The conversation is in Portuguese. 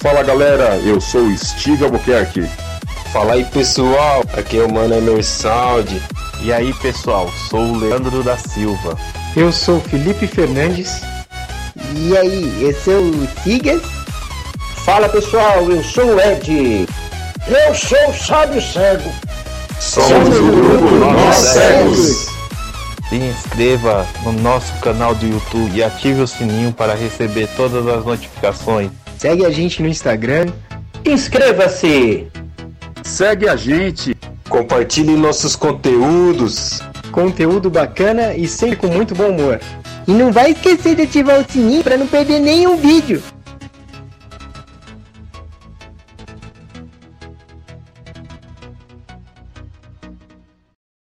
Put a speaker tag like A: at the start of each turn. A: Fala galera, eu sou o Steve Albuquerque.
B: Fala aí pessoal, aqui é o Mano Emersaldi.
C: E aí pessoal, sou o Leandro da Silva.
D: Eu sou o Felipe Fernandes.
E: E aí, eu sou o Tigas.
F: Fala pessoal, eu sou o Ed.
G: Eu sou o Sábio Cego.
H: Somos o grupo Nós Cegos.
C: Se inscreva no nosso canal do YouTube e ative o sininho para receber todas as notificações.
D: Segue a gente no Instagram.
E: Inscreva-se.
A: Segue a gente.
B: Compartilhe nossos conteúdos.
D: Conteúdo bacana e sempre com muito bom humor.
E: E não vai esquecer de ativar o sininho para não perder nenhum vídeo.